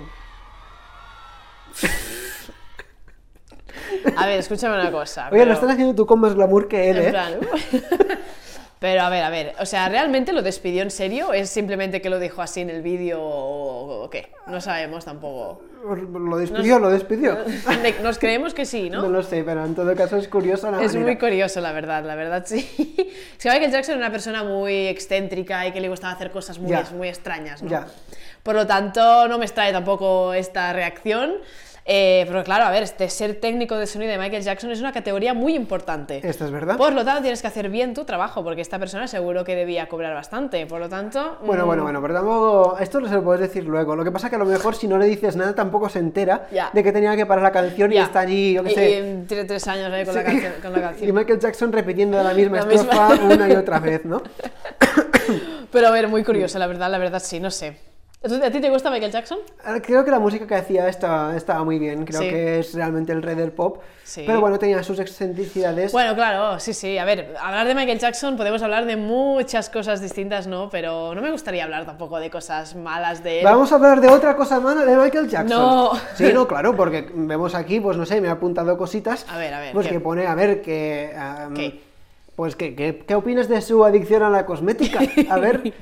Speaker 2: A ver, escúchame una cosa.
Speaker 1: Oye, lo
Speaker 2: pero-
Speaker 1: estás haciendo tú con más glamour que él,
Speaker 2: en
Speaker 1: ¿eh?
Speaker 2: plan, uh. Pero a ver, a ver, o sea, ¿realmente lo despidió en serio? ¿O ¿Es simplemente que lo dijo así en el vídeo o o qué? No sabemos tampoco.
Speaker 1: Lo despidió, lo despidió.
Speaker 2: Ne- Nos creemos que sí,
Speaker 1: ¿No?
Speaker 2: ¿no?
Speaker 1: lo sé, pero en todo caso es curioso la
Speaker 2: Es muy
Speaker 1: manera.
Speaker 2: curioso, la verdad, la verdad, sí. Es que Michael Jackson era una persona muy excéntrica y que le gustaba hacer cosas muy,
Speaker 1: Ya.
Speaker 2: muy extrañas, ¿no?
Speaker 1: Ya.
Speaker 2: Por lo tanto, no me extrae tampoco esta reacción. Eh, pero claro, a ver, este ser técnico de sonido de Michael Jackson es una categoría muy importante.
Speaker 1: Esto es verdad.
Speaker 2: Por lo tanto, tienes que hacer bien tu trabajo, porque esta persona seguro que debía cobrar bastante. Por lo tanto.
Speaker 1: Bueno,
Speaker 2: mm,
Speaker 1: bueno, bueno, pero tampoco. Esto lo se lo puedes decir luego. Lo que pasa es que a lo mejor si no le dices nada tampoco se entera
Speaker 2: Ya.
Speaker 1: de que tenía que parar la canción y
Speaker 2: ya.
Speaker 1: está allí, yo qué
Speaker 2: Y-
Speaker 1: sé.
Speaker 2: y tiene tres años ahí con, la
Speaker 1: Sí.
Speaker 2: canción, con la
Speaker 1: Y
Speaker 2: canción.
Speaker 1: Michael Jackson repitiendo la misma
Speaker 2: La misma.
Speaker 1: estrofa una y otra vez, ¿no?
Speaker 2: Pero a ver, muy curioso, la verdad, la verdad sí, no sé. Entonces, ¿A ti te gusta Michael Jackson?
Speaker 1: Ah, Creo que la música que hacía estaba, estaba muy bien, creo
Speaker 2: Sí.
Speaker 1: que es realmente el rey del pop.
Speaker 2: Sí.
Speaker 1: Pero bueno, tenía sus excentricidades.
Speaker 2: Bueno, claro, sí, sí. A ver, hablar de Michael Jackson podemos hablar de muchas cosas distintas, ¿no? Pero no me gustaría hablar tampoco de cosas malas de él.
Speaker 1: Vamos a hablar de otra cosa mala de Michael Jackson.
Speaker 2: eh, No.
Speaker 1: Sí, no, claro, porque vemos aquí, pues no sé, me ha apuntado cositas.
Speaker 2: A ver, a ver,
Speaker 1: Pues
Speaker 2: ¿qué?
Speaker 1: que pone, a ver, que. am,
Speaker 2: ¿Qué?
Speaker 1: Pues que, que- ¿qué opinas de su adicción a la cosmética? A ver.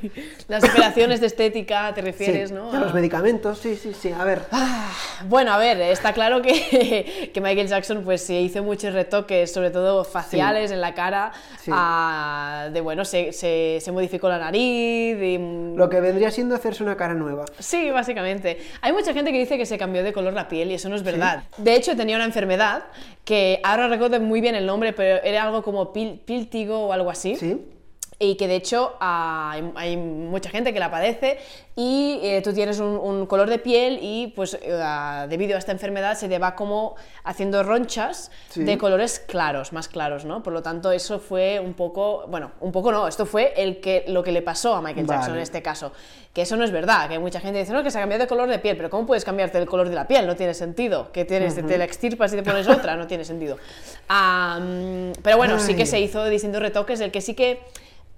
Speaker 2: Las operaciones de estética, te
Speaker 1: sí,
Speaker 2: refieres, ¿no? Ah.
Speaker 1: de
Speaker 2: A-
Speaker 1: los medicamentos, sí, sí, sí, a ver.
Speaker 2: Bueno, a ver, está claro que, que Michael Jackson pues sí hizo muchos retoques, sobre todo faciales en la cara,
Speaker 1: Sí.
Speaker 2: ah, de bueno, se, se- se modificó la nariz y... mm,
Speaker 1: Lo que vendría siendo hacerse una cara nueva.
Speaker 2: Sí, básicamente. Hay mucha gente que dice que se cambió de color la piel y eso no es verdad. De hecho, tenía una enfermedad que ahora recuerdo muy bien el nombre, pero era algo como pil- píltigo o algo así.
Speaker 1: Sí.
Speaker 2: Y que de hecho ah, hay, hay mucha gente que la padece y eh, tú tienes un, un color de piel y pues eh, debido a esta enfermedad se te va como haciendo ronchas
Speaker 1: Sí.
Speaker 2: de colores claros, más claros, ¿no? Por lo tanto eso fue un poco, bueno, un poco no, esto fue el que, lo que le pasó a Michael Jackson
Speaker 1: Vale.
Speaker 2: en este caso. Que eso no es verdad, que mucha gente dice, no, que se ha cambiado de color de piel, pero ¿cómo puedes cambiarte el color de la piel? No tiene sentido. Que tienes, te la extirpas y te pones otra, no tiene sentido. Ah, mm, pero bueno, sí que
Speaker 1: Ay.
Speaker 2: se hizo distintos retoques, el que sí que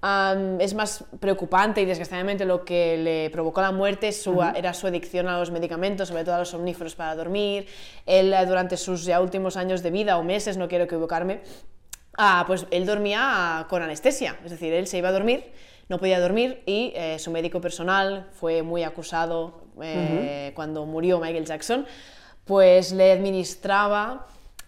Speaker 2: am, es más preocupante y desgraciadamente lo que le provocó la muerte su- era su adicción a los medicamentos, sobre todo a los somníferos para dormir. Él eh, durante sus ya últimos años de vida o meses, no quiero equivocarme, ah, pues él dormía ah, con anestesia, es decir, él se iba a dormir, no podía dormir y eh, su médico personal fue muy acusado eh, cuando murió Michael Jackson, pues le administraba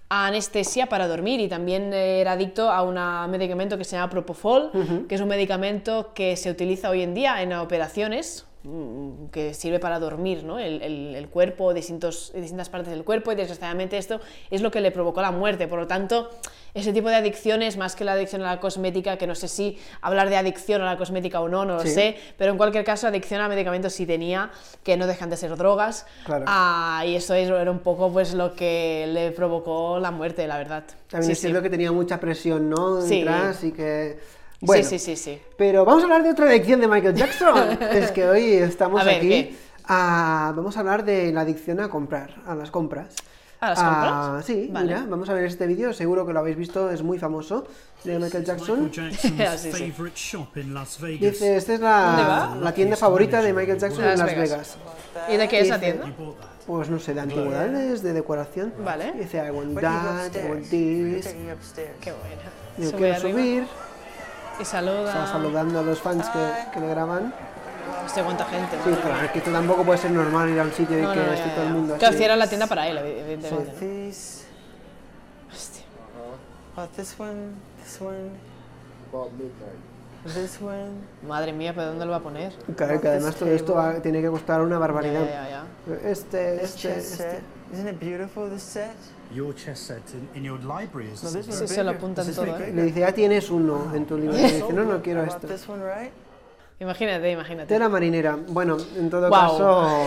Speaker 2: a anestesia para dormir y también eh, era adicto a un medicamento que se llama Propofol, que es un medicamento que se utiliza hoy en día en operaciones mm, que sirve para dormir ¿no? el, el- el cuerpo, distintos, distintas partes del cuerpo y desgraciadamente esto es lo que le provocó la muerte. Por lo tanto, ese tipo de adicciones, más que la adicción a la cosmética, que no sé si hablar de adicción a la cosmética o no, no lo
Speaker 1: Sí.
Speaker 2: sé, pero en cualquier caso adicción a medicamentos sí tenía, que no dejan de ser drogas,
Speaker 1: Claro.
Speaker 2: Ah, y eso es- era un poco pues lo que le provocó la muerte, la verdad.
Speaker 1: También
Speaker 2: Sí,
Speaker 1: es
Speaker 2: sí.
Speaker 1: cierto que tenía mucha presión, ¿no?
Speaker 2: Sí.
Speaker 1: Detrás y que. Bueno,
Speaker 2: sí, sí, sí, sí.
Speaker 1: Pero vamos a hablar de otra adicción de Michael Jackson. es que hoy estamos
Speaker 2: A ver,
Speaker 1: aquí.
Speaker 2: ¿qué?
Speaker 1: ah, vamos a hablar de la adicción a comprar, a las compras.
Speaker 2: ¿A las
Speaker 1: Ah,
Speaker 2: compras?
Speaker 1: sí,
Speaker 2: Vale.
Speaker 1: mira, vamos a ver este vídeo, seguro que lo habéis visto, es muy famoso, de Michael
Speaker 3: Michael
Speaker 1: Jackson.
Speaker 3: Jackson's
Speaker 2: Yeah, sí, sí.
Speaker 3: favorite shop in Las Vegas.
Speaker 1: Dice, esta es
Speaker 2: ¿Dónde
Speaker 1: la,
Speaker 2: va?
Speaker 1: la tienda favorita de Michael Jackson en
Speaker 2: Las
Speaker 1: Las
Speaker 2: Vegas.
Speaker 1: Vegas.
Speaker 2: ¿Y de qué es la
Speaker 1: Dice-
Speaker 2: tienda?
Speaker 3: You bought that.
Speaker 1: Pues no sé, de antigüedades, de decoración.
Speaker 2: Vale. Pues
Speaker 1: Dice, I want
Speaker 4: When you go
Speaker 1: that, I want
Speaker 4: upstairs, we're
Speaker 1: this.
Speaker 4: taking you upstairs.
Speaker 2: Qué bueno.
Speaker 1: Yo
Speaker 2: Sube arriba
Speaker 1: quiero
Speaker 2: Ah.
Speaker 1: subir.
Speaker 2: Y saluda.
Speaker 1: Estaba saludando a los fans
Speaker 2: Ah.
Speaker 1: que, que le graban.
Speaker 2: Hostia, cuánta gente.
Speaker 1: Sí,
Speaker 2: madre
Speaker 1: claro,
Speaker 2: mía.
Speaker 1: es que esto tampoco puede ser normal ir a un sitio y
Speaker 2: No,
Speaker 1: que
Speaker 2: no, no,
Speaker 1: esté
Speaker 2: ya,
Speaker 1: todo el
Speaker 2: ya.
Speaker 1: mundo
Speaker 2: Claro,
Speaker 1: así.
Speaker 2: cierra la tienda para él, evi- evidentemente.
Speaker 1: Sí.
Speaker 2: ¿no?
Speaker 4: These,
Speaker 2: Hostia.
Speaker 4: about oh, this one, this one, this one.
Speaker 2: Madre mía, ¿pero dónde lo va a poner?
Speaker 1: Claro, que además todo esto va- tiene que costar una
Speaker 2: Ya,
Speaker 1: barbaridad.
Speaker 2: ya, ya.
Speaker 1: Este,
Speaker 4: This
Speaker 1: este,
Speaker 4: chess
Speaker 1: este.
Speaker 4: set. Isn't it beautiful? This set.
Speaker 3: Your chess set in, in your library is
Speaker 4: No, this
Speaker 2: Sí,
Speaker 4: one's
Speaker 2: se lo
Speaker 4: bigger.
Speaker 1: Pues
Speaker 2: apuntan
Speaker 4: This is
Speaker 2: todo,
Speaker 4: big-
Speaker 2: ¿eh?
Speaker 1: Le dice, ya tienes
Speaker 2: Ah,
Speaker 1: uno en tu libro. Y dice, no, no quiero
Speaker 4: I bought
Speaker 1: esto.
Speaker 4: this one, right?
Speaker 2: Imagínate, imagínate.
Speaker 1: Tela marinera. Bueno, en todo
Speaker 2: Guau.
Speaker 1: caso.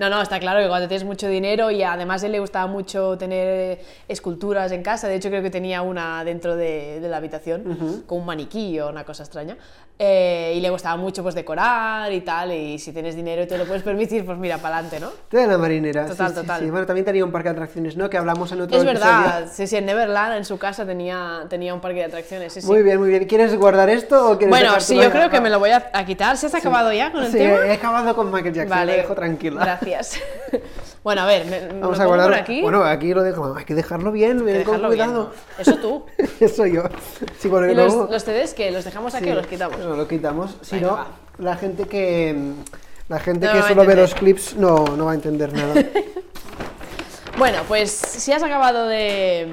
Speaker 2: no, no, está claro que cuando tienes mucho dinero y además a él le gustaba mucho tener eh, esculturas en casa, de hecho creo que tenía una dentro de, de la habitación, con un maniquí o una cosa extraña, eh, y le gustaba mucho pues decorar y tal, y si tienes dinero y te lo puedes permitir, pues mira, para adelante, ¿no?
Speaker 1: Tela marinera. sí,
Speaker 2: Total,
Speaker 1: sí,
Speaker 2: total.
Speaker 1: sí. Bueno, también tenía un parque de atracciones, ¿no? Que hablamos en otro
Speaker 2: Es
Speaker 1: episodio.
Speaker 2: verdad, sí, sí, en Neverland, en su casa, tenía, tenía un parque de atracciones, sí, sí.
Speaker 1: Muy bien, muy bien. ¿Quieres guardar esto o quieres
Speaker 2: Bueno,
Speaker 1: dejártelo
Speaker 2: sí, yo
Speaker 1: ahí?
Speaker 2: creo que me lo voy a, a quitar. ¿Se has acabado ya con el
Speaker 1: Ah. Sí,
Speaker 2: tema?
Speaker 1: he acabado con Michael Jackson,
Speaker 2: Vale,
Speaker 1: lo dejo tranquila.
Speaker 2: Gracias. bueno, a ver, me, me
Speaker 1: Vamos
Speaker 2: lo
Speaker 1: a
Speaker 2: pongo
Speaker 1: guardar.
Speaker 2: por aquí.
Speaker 1: Bueno, aquí lo dejo. Hay que dejarlo
Speaker 2: Hay
Speaker 1: bien,
Speaker 2: que
Speaker 1: bien con
Speaker 2: dejarlo bien,
Speaker 1: cuidado.
Speaker 2: ¿no? Eso tú.
Speaker 1: Eso yo. Sí, porque
Speaker 2: ¿Y los,
Speaker 1: luego-
Speaker 2: los CDs que los dejamos aquí
Speaker 1: sí,
Speaker 2: o los quitamos?
Speaker 1: No, lo quitamos. Si
Speaker 2: Venga,
Speaker 1: no,
Speaker 2: va.
Speaker 1: la gente que. mm, La gente
Speaker 2: No
Speaker 1: que
Speaker 2: lo va a
Speaker 1: solo ve
Speaker 2: entender.
Speaker 1: los clips no, no va a entender nada.
Speaker 2: Bueno, pues si has acabado de,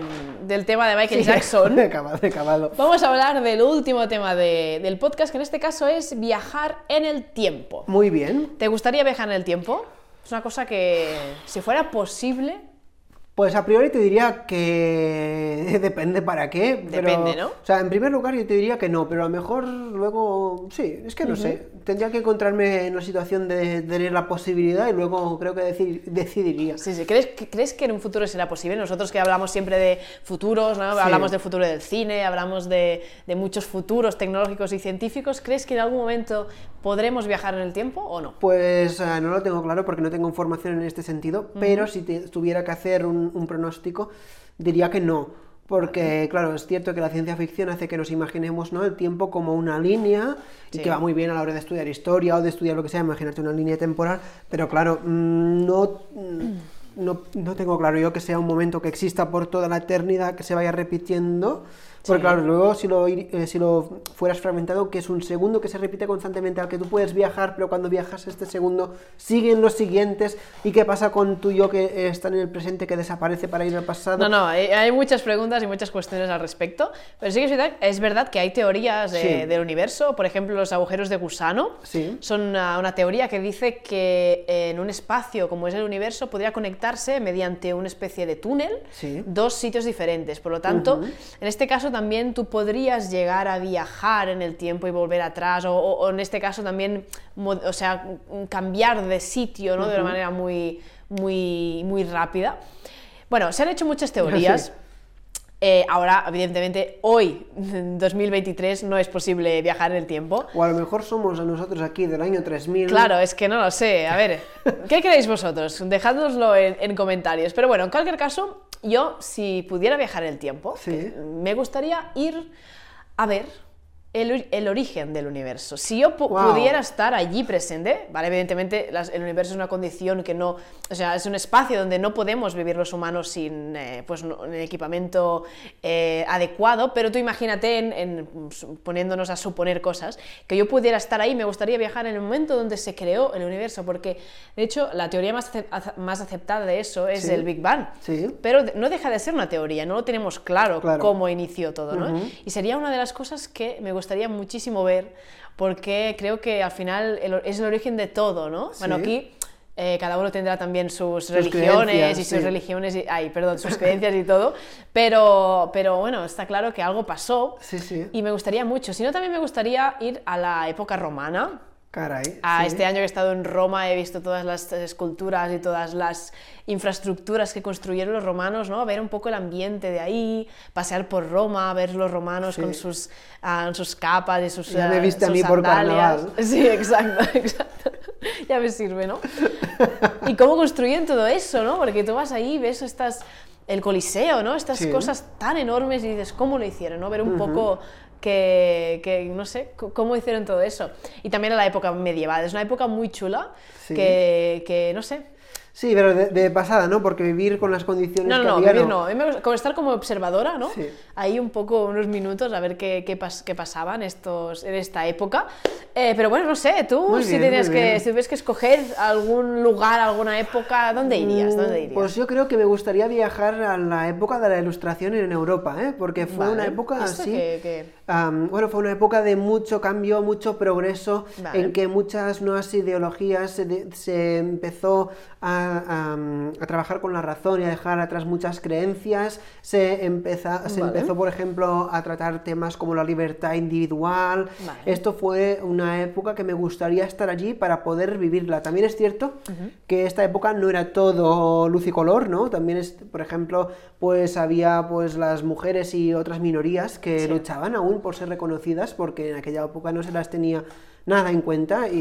Speaker 2: del tema de Michael Jackson,
Speaker 1: He acabado, he acabado.
Speaker 2: vamos a hablar del último tema de- del podcast, que en este caso es viajar en el tiempo.
Speaker 1: Muy bien.
Speaker 2: ¿Te gustaría viajar en el tiempo? Es una cosa que, si fuera posible,
Speaker 1: Pues a priori te diría que depende para qué. pero-
Speaker 2: Depende, ¿no?
Speaker 1: O sea, en primer lugar yo te diría que no, pero a lo mejor luego sí, es que no sé. Tendría que encontrarme en la situación de tener la posibilidad y luego creo que deci- decidiría.
Speaker 2: Sí, sí. ¿Crees, que- ¿Crees que en un futuro será posible? Nosotros que hablamos siempre de futuros, ¿no?
Speaker 1: Sí.
Speaker 2: hablamos del futuro del cine, hablamos de, de muchos futuros tecnológicos y científicos, ¿crees que en algún momento podremos viajar en el tiempo o no?
Speaker 1: Pues eh, no lo tengo claro porque no tengo información en este sentido, pero si te- tuviera que hacer un, un pronóstico, diría que no. Porque, claro, es cierto que la ciencia ficción hace que nos imaginemos ¿no? el tiempo como una línea, y
Speaker 2: Sí.
Speaker 1: que va muy bien a la hora de estudiar historia o de estudiar lo que sea, imaginarte una línea temporal, pero claro, mm, no, mm, no, no tengo claro yo que sea un momento que exista por toda la eternidad, que se vaya repitiendo, porque
Speaker 2: Sí.
Speaker 1: claro, Luego, si lo, ir- eh, si lo fueras fragmentado, que es un segundo que se repite constantemente, al que tú puedes viajar, pero cuando viajas este segundo siguen los siguientes. ¿Y qué pasa con tu yo que eh, está en el presente, que desaparece para ir al pasado?
Speaker 2: No, no, hay, hay muchas preguntas y muchas cuestiones al respecto, pero sí que es verdad, es verdad que hay teorías de-
Speaker 1: Sí.
Speaker 2: del universo, por ejemplo, los agujeros de gusano.
Speaker 1: Sí.
Speaker 2: Son una, una teoría que dice que eh, en un espacio como es el universo podría conectarse mediante una especie de túnel
Speaker 1: Sí.
Speaker 2: dos sitios diferentes. Por lo tanto, en este caso también tú podrías llegar a viajar en el tiempo y volver atrás, o, o- o en este caso también, mo- o sea, m- cambiar de sitio ¿no? de una manera muy, muy, muy rápida. Bueno, se han hecho muchas teorías.
Speaker 1: Sí.
Speaker 2: Eh, ahora, evidentemente, hoy, en 2023, no es posible viajar en el tiempo.
Speaker 1: O a lo mejor somos nosotros aquí del año 3000.
Speaker 2: Claro, es que no lo sé. A ver, ¿qué creéis vosotros? Dejádnoslo en, en comentarios. Pero bueno, en cualquier caso, yo, si pudiera viajar en el tiempo,
Speaker 1: Sí.
Speaker 2: eh, me gustaría ir a ver el, or- el origen del universo. Si yo pu-
Speaker 1: Guau.
Speaker 2: pudiera estar allí presente, ¿vale? Evidentemente, las- el universo es una condición que no. O sea, es un espacio donde no podemos vivir los humanos sin eh, pues, no- un equipamiento eh, adecuado, pero tú imagínate, en, en su- poniéndonos a suponer cosas, que yo pudiera estar ahí, me gustaría viajar en el momento donde se creó el universo, porque de hecho, la teoría más, acep- ace- más aceptada de eso es
Speaker 1: Sí.
Speaker 2: el Big Bang.
Speaker 1: Sí.
Speaker 2: Pero de- no deja de ser una teoría, no lo tenemos claro,
Speaker 1: Claro.
Speaker 2: cómo inició todo, ¿no?
Speaker 1: Ujú.
Speaker 2: Y sería una de las cosas que me gustaría muchísimo ver, porque creo que al final el or- es el origen de todo, ¿no? Bueno,
Speaker 1: Sí.
Speaker 2: aquí eh, cada uno tendrá también sus,
Speaker 1: Sus
Speaker 2: religiones
Speaker 1: creencias,
Speaker 2: y
Speaker 1: sí.
Speaker 2: sus religiones, y- ay, perdón, sus creencias y todo, pero, pero bueno, está claro que algo pasó
Speaker 1: Sí, sí.
Speaker 2: y me gustaría mucho. Si no, también me gustaría ir a la época romana.
Speaker 1: Caray.
Speaker 2: Ah,
Speaker 1: sí.
Speaker 2: Este año que he estado en Roma he visto todas las esculturas y todas las infraestructuras que construyeron los romanos, ¿no? Ver un poco el ambiente de ahí, pasear por Roma, ver los romanos
Speaker 1: Sí.
Speaker 2: con sus, ah, sus capas y sus
Speaker 1: Ya me
Speaker 2: ah,
Speaker 1: viste a
Speaker 2: sus
Speaker 1: mí por
Speaker 2: sandalias.
Speaker 1: carnaval.
Speaker 2: Sí, exacto, exacto. Ya me sirve, ¿no? Y cómo construyen todo eso, ¿no? Porque tú vas ahí y ves estas... El Coliseo, ¿no? Estas
Speaker 1: Sí.
Speaker 2: cosas tan enormes y dices, ¿cómo lo hicieron? ¿no? Ver un poco que, que, no sé, c- cómo hicieron todo eso. Y también a la época medieval, es una época muy chula
Speaker 1: Sí.
Speaker 2: que, que, no sé.
Speaker 1: Sí, pero de, de pasada, ¿no? Porque vivir con las condiciones
Speaker 2: No, no,
Speaker 1: que
Speaker 2: no,
Speaker 1: había,
Speaker 2: vivir no. A mí me gusta- como estar como observadora, ¿no?
Speaker 1: Sí.
Speaker 2: Ahí un poco, unos minutos, a ver qué, qué, pas- qué pasaba en, estos, en esta época. Eh, pero bueno, no sé, tú,
Speaker 1: Muy
Speaker 2: si,
Speaker 1: bien,
Speaker 2: tenías
Speaker 1: muy
Speaker 2: que,
Speaker 1: bien.
Speaker 2: si tuvieras que escoger algún lugar, alguna época, ¿dónde irías? ¿Dónde
Speaker 1: Mm,
Speaker 2: irías?
Speaker 1: Pues yo creo que me gustaría viajar a la época de la Ilustración en Europa, ¿eh? Porque fue
Speaker 2: Vale.
Speaker 1: una época
Speaker 2: ¿Esto
Speaker 1: así.
Speaker 2: qué- qué?
Speaker 1: Am, bueno, fue una época de mucho cambio, mucho progreso,
Speaker 2: Vale.
Speaker 1: en que muchas nuevas ideologías se, de- se empezó a, am, a trabajar con la razón y a dejar atrás muchas creencias. Se, empeza- se
Speaker 2: Vale.
Speaker 1: empezó, por ejemplo, a tratar temas como la libertad individual.
Speaker 2: Vale.
Speaker 1: Esto fue una época que me gustaría estar allí para poder vivirla. También es cierto que esta época no era todo luz y color, ¿no? También, es, por ejemplo, pues había pues las mujeres y otras minorías que
Speaker 2: Sí.
Speaker 1: luchaban aún por ser reconocidas porque en aquella época no se las tenía nada en cuenta y,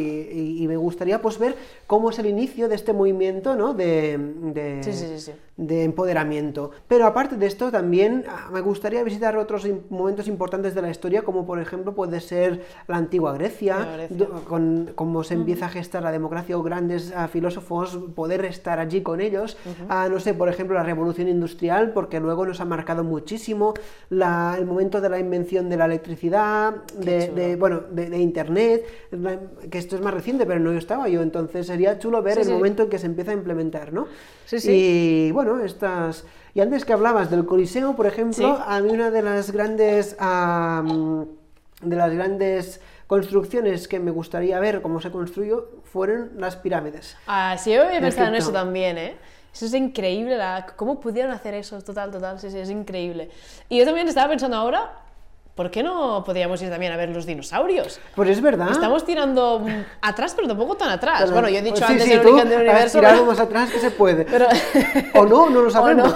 Speaker 1: y- y me gustaría pues ver cómo es el inicio de este movimiento, ¿no? De, de-
Speaker 2: Sí, sí, sí, sí.
Speaker 1: de empoderamiento. Pero aparte de esto, también ah, me gustaría visitar otros im- momentos importantes de la historia, como por ejemplo puede ser la antigua Grecia,
Speaker 2: La Grecia.
Speaker 1: do- con cómo se empieza a gestar la democracia o grandes ah, filósofos, poder estar allí con ellos. Ah, no sé, por ejemplo, la revolución industrial, porque luego nos ha marcado muchísimo la- el momento de la invención de la electricidad, de,
Speaker 2: chulo.
Speaker 1: de, bueno, de, de internet, la- que esto es más reciente, pero no estaba yo, entonces sería chulo ver
Speaker 2: Sí,
Speaker 1: el
Speaker 2: sí.
Speaker 1: momento en que se empieza a implementar, ¿no?
Speaker 2: Sí, sí.
Speaker 1: Y bueno, estas. Y antes que hablabas del Coliseo, por ejemplo,
Speaker 2: Sí.
Speaker 1: a mí una de las grandes. am, de las grandes construcciones que me gustaría ver cómo se construyó fueron las pirámides.
Speaker 2: Ah, sí, yo había
Speaker 1: En
Speaker 2: pensado en
Speaker 1: Egipto.
Speaker 2: eso también, ¿eh? Eso es increíble, la- ¿cómo pudieron hacer eso? Total, total, sí, sí, es increíble. Y yo también estaba pensando ahora, ¿por qué no podríamos ir también a ver los dinosaurios?
Speaker 1: Pues es verdad.
Speaker 2: Estamos tirando mm, atrás, pero tampoco tan atrás.
Speaker 1: Pero- pues
Speaker 2: bueno, yo he dicho
Speaker 1: Sí,
Speaker 2: antes
Speaker 1: sí,
Speaker 2: el
Speaker 1: tú
Speaker 2: origen del
Speaker 1: has
Speaker 2: universo.
Speaker 1: tirado
Speaker 2: pero-
Speaker 1: más atrás que se puede.
Speaker 2: pero-
Speaker 1: O no, no lo
Speaker 2: o no.
Speaker 1: sabemos.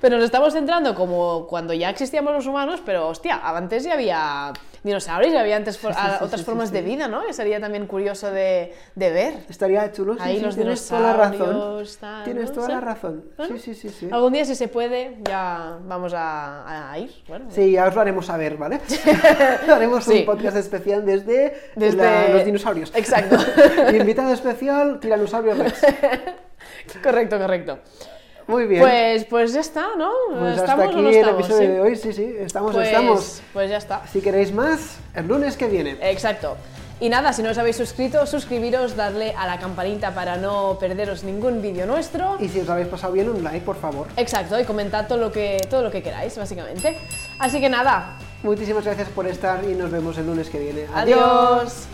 Speaker 2: Pero nos estamos centrando como cuando ya existíamos los humanos, pero hostia, antes ya había dinosaurios, ya había antes for- a-
Speaker 1: sí,
Speaker 2: otras
Speaker 1: sí,
Speaker 2: formas
Speaker 1: sí.
Speaker 2: de vida, ¿no? Que sería también curioso de, de ver.
Speaker 1: Estaría chulo. sí,
Speaker 2: Ahí
Speaker 1: sí,
Speaker 2: los
Speaker 1: tienes toda la razón.
Speaker 2: dinosaurios, tal,
Speaker 1: Tienes
Speaker 2: ¿no?
Speaker 1: toda
Speaker 2: Sí.
Speaker 1: la razón.
Speaker 2: Bueno,
Speaker 1: Sí, sí, sí, sí.
Speaker 2: Algún día, si se puede, ya vamos a, a ir. Bueno,
Speaker 1: Sí, ya os lo haremos saber, ¿vale? haremos
Speaker 2: Sí.
Speaker 1: un podcast especial desde,
Speaker 2: desde-
Speaker 1: la- los dinosaurios.
Speaker 2: Exacto.
Speaker 1: Invitado especial, Tiranosaurio Rex.
Speaker 2: correcto, correcto.
Speaker 1: Muy bien.
Speaker 2: Pues, pues ya está, ¿no?
Speaker 1: Pues hasta
Speaker 2: ¿Estamos
Speaker 1: aquí
Speaker 2: o no
Speaker 1: el
Speaker 2: estamos?
Speaker 1: episodio
Speaker 2: Sí.
Speaker 1: de hoy. Sí, sí, estamos,
Speaker 2: Pues-
Speaker 1: estamos.
Speaker 2: pues ya está.
Speaker 1: Si queréis más, el lunes que viene.
Speaker 2: Exacto. Y nada, si no os habéis suscrito, suscribiros, darle a la campanita para no perderos ningún vídeo nuestro.
Speaker 1: Y si os lo habéis pasado bien, un like, por favor.
Speaker 2: Exacto, y comentad todo lo que, todo lo que queráis, básicamente. Así que nada,
Speaker 1: Muchísimas gracias por estar y nos vemos el lunes que viene.
Speaker 2: adiós.